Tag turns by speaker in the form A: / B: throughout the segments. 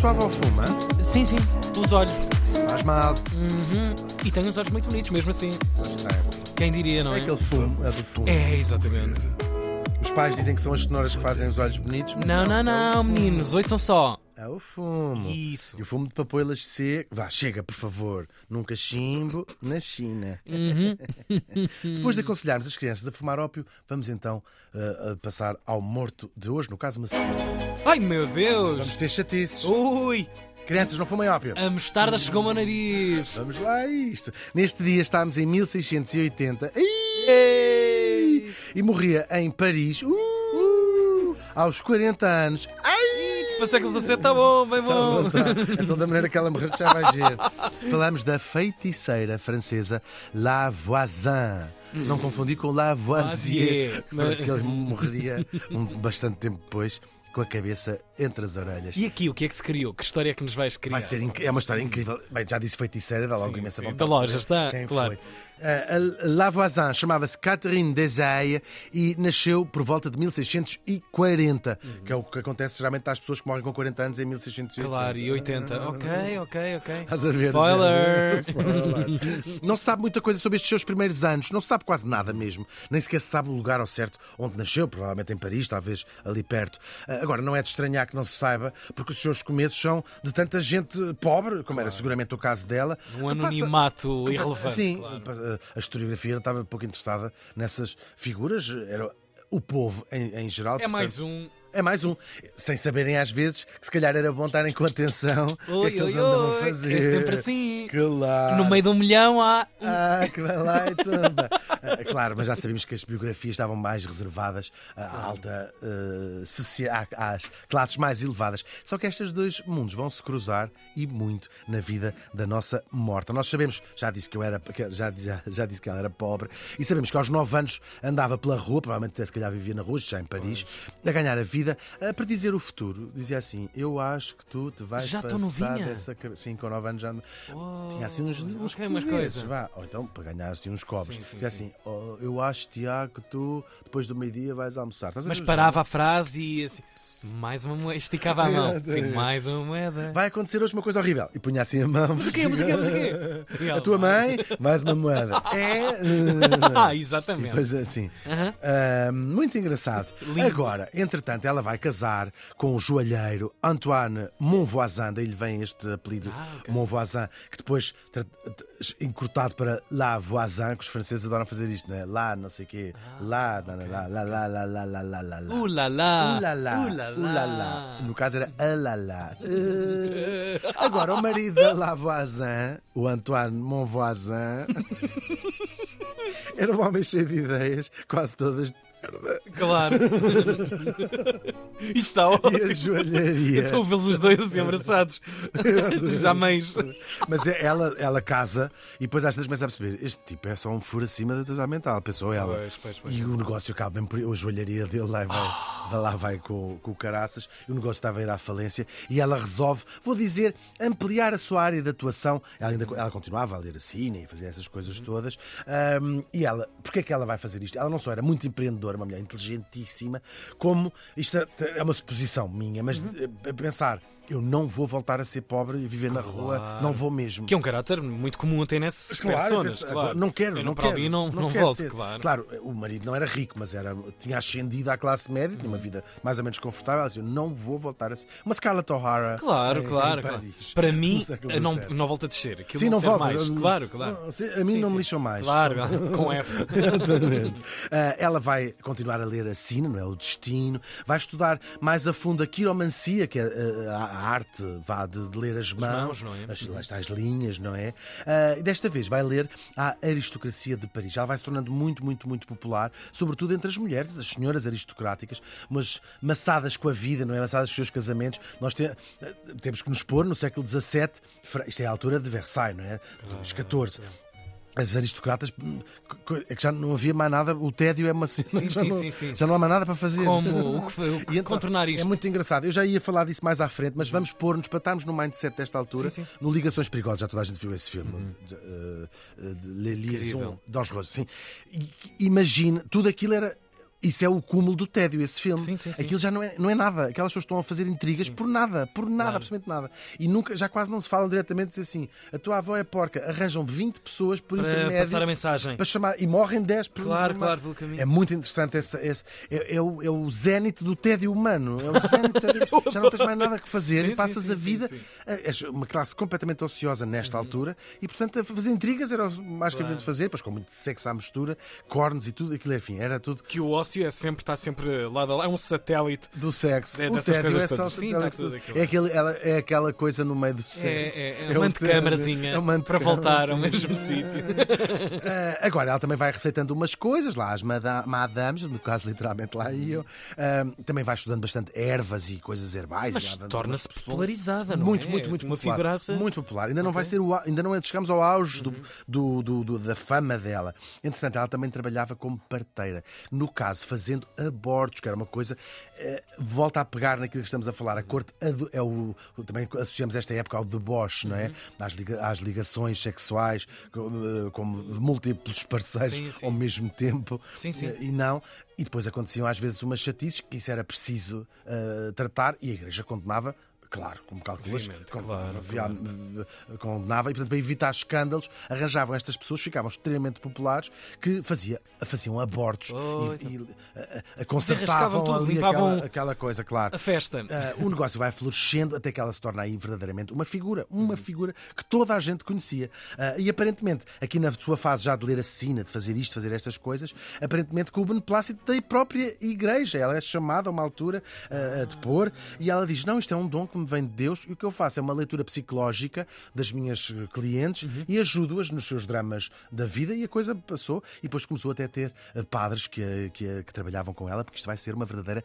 A: tua avó fuma?
B: Sim, sim, pelos olhos.
A: Faz mal.
B: Uhum. E tem uns olhos muito bonitos, mesmo assim. Quem diria, não
A: É
B: é?
A: aquele fumo, é do túmulo.
B: É, exatamente.
A: Os pais dizem que são as cenouras que fazem os olhos bonitos. mas
B: Não, não, não, meninos, hoje são só.
A: É o fumo.
B: Isso.
A: E o fumo de papoilas seco. Vá, chega, por favor. Num cachimbo na China.
B: Uhum.
A: Depois de aconselharmos as crianças a fumar ópio, vamos então ah, ah, passar ao morto de hoje, no caso, uma senhora.
B: Ai meu Deus!
A: Vamos ter chatices.
B: Oh. Ui!
A: Crianças, não fumem ópio.
B: A mostarda chegou-me ao nariz!
A: Vamos lá a isto. Neste dia estávamos em 1680. Ih! E morria em Paris. Uh! Aos 40 anos. Ai!
B: Para século XVII está bom, bem bom!
A: Então, tá. Então, da maneira que ela morreu, que já vai ver. Falamos da feiticeira francesa La Voisin. Não confundir com Lavoisier,
B: Lavoisier.
A: porque ele morreria um- bastante tempo depois com a cabeça entre as orelhas.
B: E aqui, o que é que se criou? Que história é que nos vais criar?
A: Vai ser inc- é uma história incrível. Bem, já disse feiticeira, dá logo
B: Sim,
A: imensa
B: sim.
A: vontade.
B: Da
A: de
B: loja,
A: saber
B: está,
A: quem
B: claro.
A: foi. Ah, a La Voisin chamava-se Catherine Desay e nasceu por volta de 1640,
B: Uhum.
A: que é o que acontece geralmente às pessoas que morrem com 40 anos em 1680.
B: Claro, e 80. Ok, ok, ok.
A: Estás a ver?
B: Spoiler!
A: Spoiler. Não se sabe muita coisa sobre estes seus primeiros anos, não se sabe quase nada mesmo. Nem sequer se sabe o lugar ao certo onde nasceu, provavelmente em Paris, talvez ali perto. Ah, Agora, não é de estranhar que não se saiba, porque os seus começos são de tanta gente pobre, como era seguramente o caso dela.
B: Um
A: que passa-
B: anonimato irrelevante.
A: Sim,
B: claro.
A: a historiografia não estava pouco interessada nessas figuras, era o povo em, em geral.
B: É
A: portanto,
B: mais um.
A: é mais um. Sem saberem às vezes que se calhar era bom estarem com atenção o que é
B: Oi,
A: que eles
B: oi,
A: andam a
B: oi.
A: fazer.
B: É sempre assim.
A: Claro.
B: No meio de um milhão há.
A: Ah, que vai lá e tumba. Ah, Claro, mas já sabemos que as biografias estavam mais reservadas à alta eh, socie- à- às classes mais elevadas. Só que estes dois mundos vão se cruzar e muito na vida da nossa morta. Nós sabemos, já disse que eu era, que- já, já, já disse que ela era pobre, e sabemos que aos 9 anos andava pela rua, provavelmente até se calhar vivia na rua, já em Paris, a ganhar a vida, a predizer o futuro. Dizia assim: Eu acho que tu te vais
B: Já
A: passar
B: tão novinha?
A: dessa cabeça. Sim, com 9 anos já. ando-
B: Oh,
A: Tinha assim uns, uns
B: ok, umas
A: coletes,
B: coisas.
A: vá. Ou então, para ganhar assim uns cobres.
B: Sim, sim,
A: Dizia
B: sim.
A: assim, "Oh, eu acho, Tiago, que tu depois do meio-dia vais almoçar. Estás a
B: Mas
A: ver?
B: parava a frase e assim. Mais uma moeda. Esticava a mão. Sim, mais uma moeda.
A: Vai acontecer hoje uma coisa horrível. E punha assim a mão.
B: Mas o quê? Mas o quê? Mas o quê? E
A: A
B: ela,
A: tua mãe, mais uma moeda.
B: Ah,
A: É. E
B: exatamente.
A: depois assim.
B: Aham.
A: Ah, muito engraçado. Agora, entretanto, ela vai casar com o joalheiro Antoine Monvoisin, daí lhe vem este apelido
B: Ah, ok.
A: Monvoisin, que depois tra- tra- encurtado para La Voisin, que os franceses adoram fazer isto, né? Lá, não sei o quê.
B: Ah,
A: lá, lá, lá, lá, lá, lá, lá, lá, lá, lá, lá.
B: Ulalá.
A: Ulalá,
B: Ulalá.
A: ulalá. No caso era alalá. Eh, Agora, o marido da Lavoisin, o Antoine Monvoisin, era um homem cheio de ideias, quase todas.
B: Claro. Isto está ótimo.
A: E a joalharia.
B: Estou a vê-los os dois assim abraçados. Já mães.
A: Mas é- ela, ela casa e depois às vezes começa a perceber: este tipo é só um furo acima da tua mental, pensou ela.
B: Pois, pois, é. pois.
A: E o negócio acaba mesmo por a joalharia dele lá vai, vai lá vai com, com o caraças, e o negócio estava a ir à falência e ela resolve, vou dizer, ampliar a sua área de atuação. Ela, ainda, ela continuava a ler a cine e fazer essas coisas todas. Ahm, e ela, porque é que ela vai fazer isto? Ela não só era muito empreendedora, uma mulher inteligentíssima, como isto é- é uma suposição minha, mas
B: Uhum.
A: eh, pensar, eu não vou voltar a ser pobre e viver na rua, não vou mesmo.
B: Que é um caráter muito comum até nessas personas.
A: pensa-
B: claro.
A: Não quero,
B: Eu
A: não
B: para
A: quero.
B: ali não, não,
A: quero
B: volto,
A: ser. É,
B: claro.
A: o marido não era rico, mas era, tinha ascendido à classe média, tinha uma vida mais ou menos confortável. Ela disse, eu não vou voltar a ser. Uma Scarlett O'Hara.
B: Claro,
A: em-
B: claro,
A: eh, em
B: claro.
A: Paris,
B: Para
A: no
B: mim,
A: século
B: não,
A: XVII.
B: não volta a descer. Aquilo
A: Sim, não
B: não serve
A: volta.
B: mais. Claro, claro.
A: Não, se- a mim
B: Sim,
A: não me
B: sim.
A: lixam mais.
B: Claro, com F.
A: Exatamente. Ah, ela vai continuar a ler a Cine, não é? O Destino. Vai estudar mais a fundo a quiromancia, que é ah, a arte vá, de, de ler as mãos,
B: mãos, não é?
A: as, lá está, as linhas, não é? Ah, e desta vez vai ler a aristocracia de Paris. Ela vai se tornando muito, muito, muito popular, sobretudo entre as mulheres, as senhoras aristocráticas, mas maçadas com a vida, não é? Maçadas com os seus casamentos. Nós te- ah, temos que nos pôr no século XVII, Fra- isto é a altura de Versailles, não é? Dos 14. As aristocratas, hum, co- é que já não havia mais nada, o tédio é uma cena
B: Sim,
A: que já,
B: sim,
A: não,
B: sim, sim.
A: já não há mais nada para fazer.
B: Como o que, foi- o que
A: E então,
B: contornar isto? Uhum.
A: É muito engraçado. Eu já ia falar disso mais à frente, mas vamos pôr-nos para estarmos no mindset desta altura,
B: Sim, sim.
A: no Ligações Perigosas. Já toda a gente viu esse filme. de, eh, de Les Liaisons
B: Incrível.
A: Dangereuses. Sim. E- Imagine, tudo aquilo era. Isso é o cúmulo do tédio, esse filme.
B: Sim, sim, sim.
A: Aquilo já não é, não é nada. Aquelas pessoas estão a fazer intrigas por nada, por nada, absolutamente nada. E nunca, já quase não se falam diretamente diz assim: a tua avó é porca, arranjam 20 pessoas por
B: Para
A: intermédio
B: passar a mensagem.
A: para chamar e morrem 10 por
B: Claro,
A: por-
B: claro, pelo caminho.
A: É muito interessante esse. esse- é, é o, é o zénite do tédio humano. É o zénite do tédio. Já não tens mais nada que fazer
B: Sim,
A: e passas
B: sim,
A: a
B: sim,
A: vida.
B: sim, Uhum. sim.
A: a- És uma classe completamente ociosa nesta altura e, portanto, a fazer intrigas era o mais que haviam de fazer, pois com muito sexo à mistura, cornos e tudo, aquilo, é, enfim, era tudo
B: Que o ócio é sempre, está sempre lado a lado, é um satélite.
A: do sexo.
B: É,
A: o
B: dessas
A: tédio
B: coisas
A: é só
B: todas. Sim,
A: aquela-
B: está tudo aquilo.
A: é, aquele- ela- é aquela coisa no meio do sexo.
B: É, é, é
A: o
B: uma de
A: tédio,
B: câmarazinha
A: um é uma
B: para voltar ao
A: antecâmarazinha.
B: mesmo sítio.
A: Ah, agora, ela também vai receitando umas coisas lá, as mada- madames, no caso, literalmente lá e eu. Ah, também vai estudando bastante ervas e coisas herbais. e
B: Mas
A: lá-
B: torna-se
A: umas-
B: popularizada, não
A: muito,
B: é?
A: muito,
B: É
A: muito
B: uma
A: popular.
B: figuraça. Uhum.
A: Muito popular. Ainda não vai ser o, au- ainda não é, chegamos ao auge do- do, do- do- da fama dela. Entretanto, ela também trabalhava como parteira. No caso, fazendo abortos, que era uma coisa. eh, volta a pegar naquilo que estamos a falar. A
B: Uhum.
A: corte ado- é o, também associamos esta época ao deboche, não
B: Uhum.
A: é? Às, liga- às ligações sexuais, com, eh, com múltiplos parceiros
B: Sim, sim.
A: ao mesmo tempo.
B: Sim, sim.
A: Eh, e não. E depois aconteciam às vezes umas chatices que isso era preciso eh, tratar e a igreja condenava, claro, como calculas,
B: Obviamente,
A: condenava,
B: claro,
A: via- eh, condenava e portanto para evitar escândalos arranjavam estas pessoas, ficavam extremamente populares que fazia, faziam abortos
B: Pois.
A: e, e, eh, eh, consertavam
B: tudo,
A: ali
B: limpavam- um.
A: aquela, aquela coisa, claro.
B: A festa.
A: Ah, o negócio vai florescendo até que ela se torna aí verdadeiramente uma figura, uma figura que toda a gente conhecia. Ah, e aparentemente, aqui na sua fase já de ler assassina, de fazer isto, fazer estas coisas, aparentemente com o beneplácito da própria igreja. Ela é chamada a uma altura ah, a depor e ela diz: Não, isto é um dom que me vem de Deus e o que eu faço é uma leitura psicológica das minhas eh, clientes e ajudo-as nos seus dramas da vida. E a coisa passou e depois começou até a ter eh, padres que, a- que, a- que trabalhavam com ela, porque isto vai ser uma verdadeira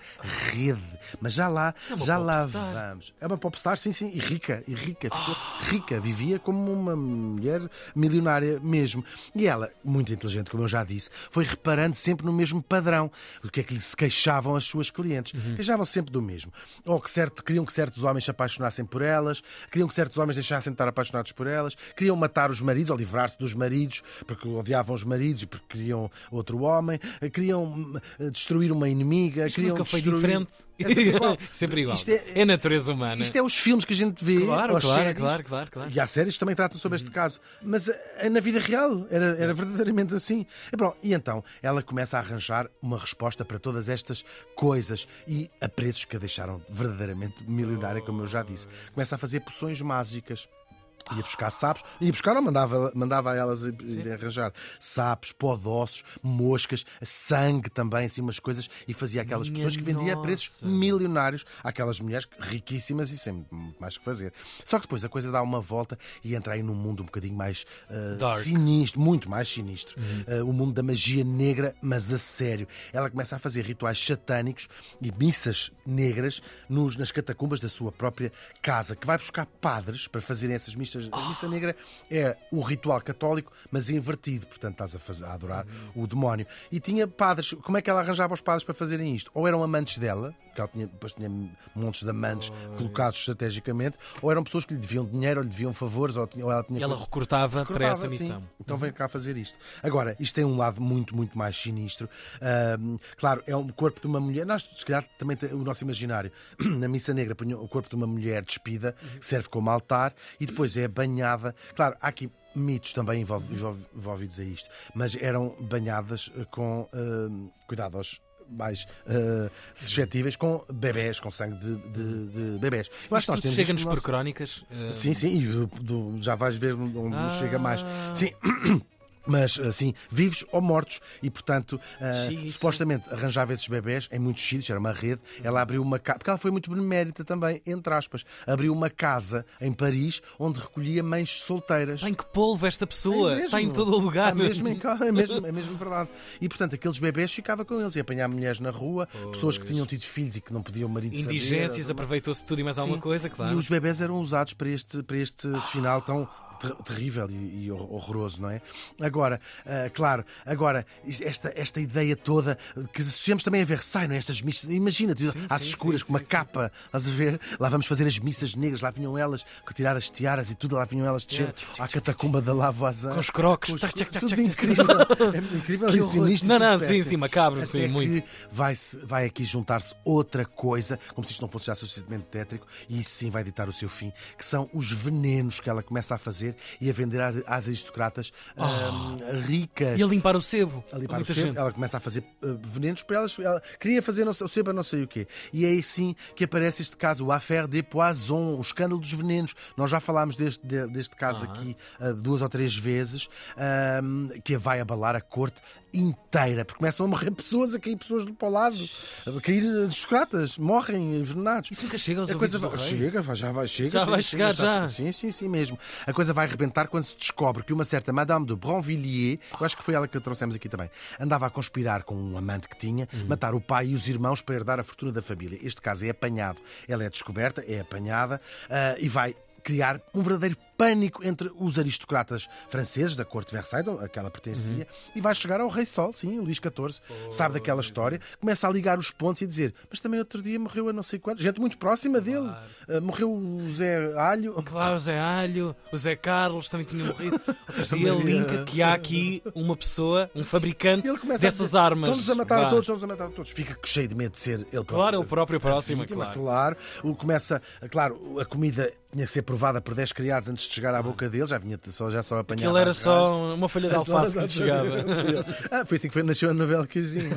A: rede. Mas já lá
B: é uma
A: já lá
B: popstar.
A: vamos. É uma popstar, sim, sim, e rica, e rica, ficou rica, vivia como uma mulher milionária mesmo. E ela, muito inteligente, como eu já disse, foi reparando sempre no mesmo padrão. O que é que lhe se queixavam as suas clientes?
B: Uhum.
A: Queixavam sempre do mesmo. Ou que certo, queriam que certos homens se apaixonassem por elas, queriam que certos homens deixassem de estar apaixonados por elas, queriam matar os maridos ou livrar-se dos maridos porque odiavam os maridos e porque queriam outro homem, queriam hum, destruir uma inimiga,
B: Isto
A: queriam
B: nunca foi
A: destruir-
B: diferente.
A: É sempre igual.
B: Sempre igual.
A: Isto
B: é...
A: é-
B: natureza humana.
A: Isto é os filmes que a gente vê.
B: Claro,
A: ou as
B: claro,
A: séries.
B: claro, claro, claro.
A: E há séries que também tratam sobre este caso. Mas eh, na vida real era, era verdadeiramente assim. E, pronto, e então ela começa a arranjar uma resposta para todas estas coisas e a preços que a deixaram verdadeiramente milionária, como eu já disse. Começa a fazer poções mágicas. Ia buscar sapos, ia buscar ou mandava, mandava elas ir- ir arranjar sapos, podossos, moscas, sangue também, assim umas coisas, e fazia aquelas
B: Minha
A: pessoas que vendia a preços
B: nossa.
A: milionários àquelas mulheres riquíssimas e sem muito mais que fazer. Só que depois a coisa dá uma volta e entra aí num mundo um bocadinho mais ah,
B: Dark.
A: sinistro, muito mais sinistro. Ah, o mundo da magia negra, mas a sério. Ela começa a fazer rituais satânicos e missas negras nos, nas catacumbas da sua própria casa, que vai buscar padres para fazerem essas missas. A missa negra é um ritual católico, mas invertido. Portanto, estás a, fazer, a adorar o demónio. E tinha padres. Como é que ela arranjava os padres para fazerem isto? Ou eram amantes dela, que ela tinha, depois tinha montes de amantes colocados estrategicamente, ou eram pessoas que lhe deviam dinheiro, ou lhe deviam favores, ou, tinha- ou ela tinha
B: E ela
A: coisas-
B: recortava, para
A: Cortava,
B: essa
A: é- sim.
B: missão. Uhum.
A: Então vem cá fazer isto. Agora, isto tem um lado muito, muito mais sinistro. Ahm, claro, é um corpo de uma mulher. Nós, se calhar, também tem o nosso imaginário. Na Missa Negra, punha o corpo de uma mulher despida,
B: Uhum.
A: que serve como altar, e depois é banhada. Claro, há aqui mitos também envolv-
B: Uhum.
A: envolv- envolvidos a isto, mas eram banhadas eh, com ahm, cuidado aos mais
B: Uhum.
A: eh, suscetíveis com bebés, com sangue de, de, de bebés. Eu acho que nós
B: Isto
A: temos isto
B: Chega-nos
A: no
B: por
A: nosso-
B: crónicas. eh,
A: Sim, sim, e do- do- já vais ver onde onde
B: Ah.
A: nos chega mais. Sim. Mas assim, vivos ou mortos, e portanto, ah,
B: Sim, sim.
A: supostamente arranjava esses bebés em muitos sítios, era uma rede. Ela
B: Uhum.
A: abriu uma casa, porque ela foi muito benemérita também, entre aspas. Abriu uma casa em Paris onde recolhia mães solteiras.
B: Pá, Tá em que polvo esta
A: É
B: pessoa?
A: mesmo.
B: Está em todo o lugar.
A: É mesmo, em ca- é, mesmo, é mesmo verdade. E portanto, aqueles bebés ficava com eles e apanhar mulheres na rua, pessoas que tinham tido filhos e que não podiam marido saber,
B: Indigências, aproveitou-se de tudo e mais alguma
A: Sim.
B: coisa,
A: E
B: claro.
A: os bebés eram usados para este, para este final tão ter- terrível e, e hor- horroroso, não é? Agora, ah, claro, agora, is- esta, esta ideia toda que associamos também a Versailles, não é? Estas missas, imagina, tu,
B: Sim,
A: às
B: sim,
A: escuras,
B: sim,
A: com uma
B: sim, sim.
A: capa, estás a ver? Lá vamos fazer as missas negras, lá vinham elas retirar as tiaras e tudo, lá vinham elas descer
B: Yeah, tchic, tchic,
A: à
B: tchic,
A: catacumba da Lavoisin.
B: Com os crocs.
A: Com os-
B: Tac, tac, tac,
A: tudo
B: tac, tac.
A: incrível. É incrível
B: Que
A: e
B: horror.
A: sinistro.
B: Não,
A: e tudo
B: não, sim,
A: péssimo. é
B: sim, macabro,
A: Até
B: sim,
A: que
B: muito.
A: Vai, vai aqui juntar-se outra coisa, como se isto não fosse já suficientemente tétrico, e isso sim vai ditar o seu fim, que são os venenos que ela começa a fazer e a vender às, às aristocratas ahm, ricas.
B: E a limpar o sebo.
A: Ali para o
B: Muita
A: sebo,
B: gente.
A: ela começa a fazer eh, venenos para elas. Ela queria fazer não sei- o sebo, não sei o quê. E é aí sim que aparece este caso, o Affaire des Poisons, o escândalo dos venenos. Nós já falámos deste, de- deste caso aqui eh, duas ou três vezes, ahm, que vai abalar a corte inteira, porque começam a morrer pessoas, a cair pessoas para o lado, a cair eh, escratas, morrem envenenados.
B: Isso nunca chega aos
A: A
B: ouvidos
A: É coisa
B: do
A: vai-
B: rei.
A: chega, vai- já vai, chega,
B: Já
A: chega,
B: vai
A: chega,
B: chegar, já.
A: Sim, sim, sim mesmo. A coisa vai arrebentar quando se descobre que uma certa Madame de Bronvilliers, eu acho que foi ela que a trouxemos aqui também, andava a conspirar com um amante que tinha, matar o pai e os irmãos para herdar a fortuna da família. Este caso é apanhado. Ela é descoberta, é apanhada ah, e vai criar um verdadeiro pânico entre os aristocratas franceses da corte de Versailles, a que ela pertencia, e vai chegar ao Rei Sol, sim, Luís XIV, sabe daquela história, começa a ligar os pontos e a dizer, mas também outro dia morreu a não sei quantos, gente muito próxima dele, Ah, morreu o Zé Alho,
B: Claro, o Zé Alho, o Zé Carlos também tinha morrido. Ou seja,
A: A
B: ele
A: Maria.
B: linka que há aqui uma pessoa, um fabricante
A: E ele começa a
B: dessas
A: dizer,
B: armas.
A: Estamos a matar
B: Vá.
A: a todos, estamos a matar a todos. Fica cheio de medo de ser ele próprio.
B: Claro, é o próprio próximo,
A: vítima,
B: claro.
A: claro. O começa, claro, a comida tinha que ser provada por 10 criados antes de chegar à boca dele, já vinha só, já só apanhado.
B: Aquilo era
A: às rasas.
B: só uma folha de alface que lhe chegava.
A: Ah, foi assim que foi, nasceu a novela Cozinho.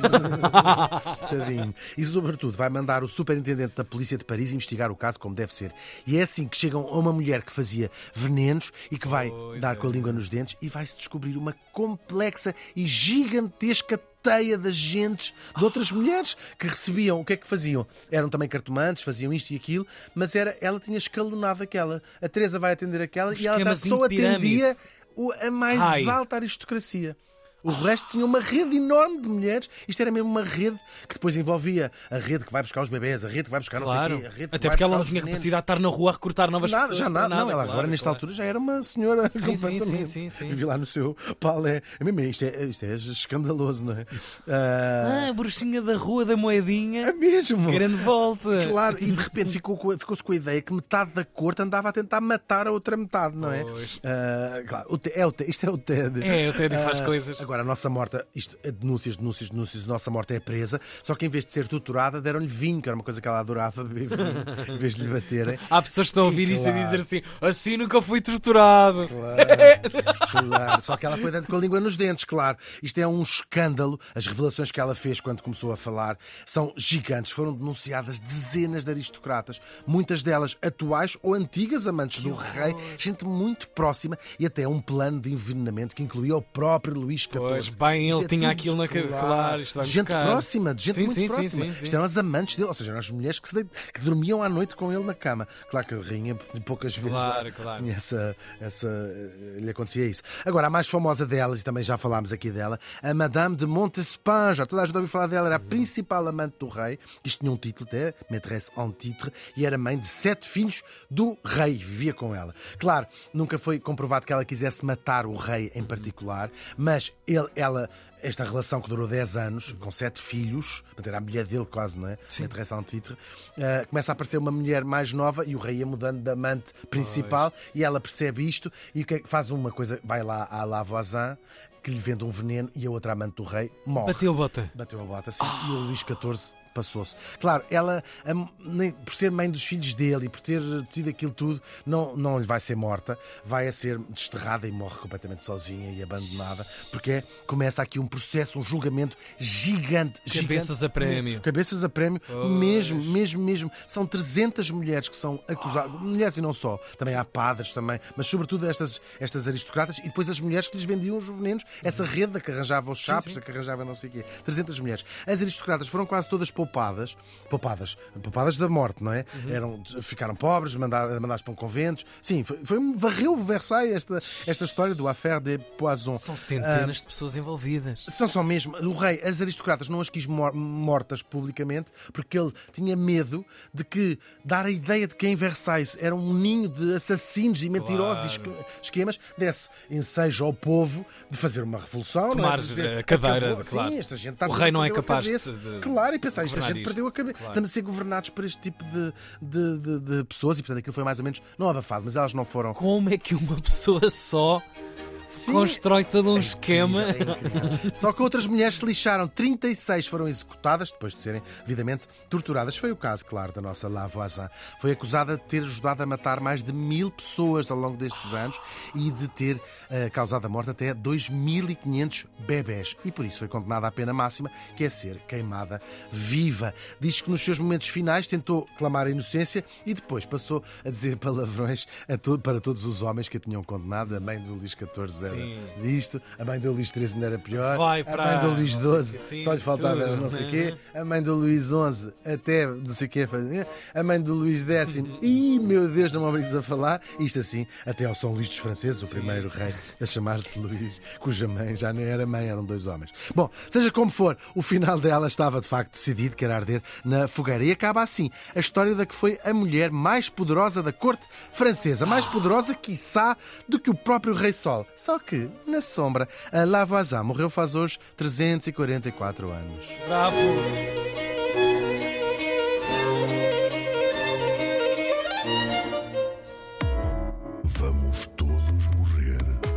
A: Tadinho. E, sobretudo, vai mandar o superintendente da polícia de Paris investigar o caso como deve ser. E é assim que chegam a uma mulher que fazia venenos e que vai
B: Pois
A: dar
B: é.
A: com a língua nos dentes e vai-se descobrir uma complexa e gigantesca teia de agentes de outras mulheres que recebiam, o que é que faziam? Eram também cartomantes, faziam isto e aquilo, mas era, ela tinha escalonado aquela. A Teresa vai atender aquela e ela já
B: esquemazinho
A: só
B: de pirâmide.
A: atendia o- a mais
B: Ai.
A: alta aristocracia. O resto tinha uma rede enorme de mulheres. Isto era mesmo uma rede que depois envolvia a rede que vai buscar os bebés, a rede que vai buscar não
B: Claro.
A: sei o quê, a rede que
B: Até
A: vai
B: porque
A: buscar
B: ela não
A: os
B: tinha
A: venenos.
B: capacidade de estar na rua a recrutar novas
A: Nada,
B: pessoas.
A: já
B: para
A: nada, não, ela agora
B: claro,
A: nesta
B: claro.
A: altura já era uma senhora
B: sim,
A: completamente.
B: sim, sim, sim.
A: Vi lá no seu palé. É mesmo, Isto é, isto é escandaloso, não é? Ah,
B: Ah, a bruxinha da rua da moedinha,
A: é mesmo.
B: grande volta.
A: Claro, e de repente ficou com a- ficou-se com a ideia que metade da corte andava a tentar matar a outra metade, não é?
B: Pois.
A: Ah, claro, o te- é o te- isto é o TED.
B: É, o Teddy faz
A: Ah,
B: coisas.
A: Agora, a nossa morta, isto, é denúncias, denúncias, denúncias, a nossa morta é presa, só que em vez de ser torturada, deram-lhe vinho, que era uma coisa que ela adorava beber, vinho, em vez de lhe baterem.
B: Há pessoas que estão a ouvir
A: E
B: isso e
A: claro.
B: dizer assim: assim nunca fui torturado.
A: Claro, claro. Só que ela foi dando com a língua nos dentes, claro. Isto é um escândalo. As revelações que ela fez quando começou a falar são gigantes. Foram denunciadas dezenas de aristocratas, muitas delas atuais ou antigas amantes do rei, gente muito próxima e até um plano de envenenamento que incluía o próprio Luís XIV.
B: Pois, bem,
A: Isto é
B: ele tinha
A: tudo
B: aquilo na cabeça.
A: escolar.
B: Claro, isto vai-me
A: Gente
B: tocar.
A: próxima, de gente
B: Sim,
A: muito
B: sim, sim,
A: próxima.
B: sim, sim.
A: Isto é eram as amantes dele, ou seja, eram as mulheres que, se deita- que dormiam à noite com ele na cama. Claro que a rainha de poucas vezes lá
B: Claro, claro.
A: tinha essa, essa, eh, lhe acontecia isso. Agora, a mais famosa delas, e também já falámos aqui dela, a Madame de Montespan, já toda a gente ouviu falar dela, era a principal amante do rei, isto tinha um título até, maîtresse en titre, e era mãe de sete filhos do rei, vivia com ela. Claro, nunca foi comprovado que ela quisesse matar o rei em particular, mas ele, ela... Esta relação que durou 10 anos, com sete filhos, portanto, era a mulher dele quase, não é? Maîtresse en titre, eh, começa a aparecer uma mulher mais nova e o rei ia mudando de amante principal tal, e ela percebe isto e o que é que faz uma coisa, vai lá à Lavoisin que lhe vende um veneno e a outra amante do rei morre.
B: Bateu bota.
A: Bateu a bota, sim, e o Luís XIV passou-se. Claro, ela, a- nem- por ser mãe dos filhos dele e por ter tido aquilo tudo, não, não lhe vai ser morta, vai a ser desterrada e morre completamente sozinha e abandonada, porque é- começa aqui um processo, um julgamento gigante, gigante.
B: Cabeças a prémio.
A: Cabeças a prémio, mesmo, mesmo, mesmo. São 300 mulheres que são acusadas,
B: Ah.
A: mulheres e não só, também há padres também, mas sobretudo estas, estas aristocratas e depois as mulheres que lhes vendiam os
B: Uhum.
A: venenos, essa rede que arranjava os chapos, que arranjava não sei o quê. 300 mulheres. As aristocratas foram quase todas para o poupadas, poupadas, poupadas da morte, não é?
B: Uhum.
A: Eram, ficaram pobres, mandaram, mandados para um convento. Sim, foi, foi um- varreu Versailles esta, esta história do affaire de Poisson.
B: São centenas de pessoas envolvidas.
A: São só mesmo. O rei, as aristocratas não as quis mor- mortas publicamente porque ele tinha medo de que dar a ideia de que em Versailles era um ninho de assassinos e mentirosos
B: Claro.
A: e esque- esquemas, desse ensejo ao povo de fazer uma revolução. não é?
B: Tomar
A: De dizer,
B: a cadeira,
A: acabou-
B: claro.
A: Sim, esta gente está
B: O rei não é
A: perdeu a
B: capaz de-
A: cabeça.
B: de-
A: Claro, e pensar, esta
B: governar
A: gente
B: isto.
A: perdeu a cabeça.
B: Claro.
A: Estamos a ser governados por este tipo de, de- de- de pessoas e, portanto, aquilo foi mais ou menos, não abafado, mas elas não foram.
B: Como é que uma pessoa só
A: Sim,
B: constrói todo um
A: é
B: esquema?
A: incrível, é incrível. Só que outras mulheres se lixaram. 36 foram executadas depois de serem devidamente torturadas. Foi o caso, claro, da nossa La Voisin. Foi acusada de ter ajudado a matar mais de mil pessoas ao longo destes anos e de ter eh, causado a morte até 2.500 bebés. E por isso foi condenada à pena máxima, que é ser queimada viva. Diz que nos seus momentos finais tentou clamar a inocência e depois passou a dizer palavrões a to- para todos os homens que a tinham condenado. A mãe do Luís XIV era
B: Sim.
A: isto, a mãe do Luís XIII ainda era pior,
B: Vai
A: a
B: para
A: mãe do Luís
B: não
A: XII
B: sei o quê,
A: só lhe faltava
B: tudo. né?
A: não sei o quê, a mãe do Luís XI até não sei o quê fazer, a mãe do Luís X, e meu Deus, não me obrigues a falar, isto assim, até ao São Luís dos Franceses, o primeiro rei a chamar-se Luís, cuja mãe já nem era mãe, eram dois homens. Bom, seja como for, o final dela estava de facto decidido, que era arder na fogueira. E acaba assim a história da que foi a mulher mais poderosa da corte francesa, mais poderosa, quiçá, do que o próprio Rei Sol. Só que, na sombra, a Lavoisin morreu faz hoje 344 anos.
B: Bravo!
C: Vamos todos morrer.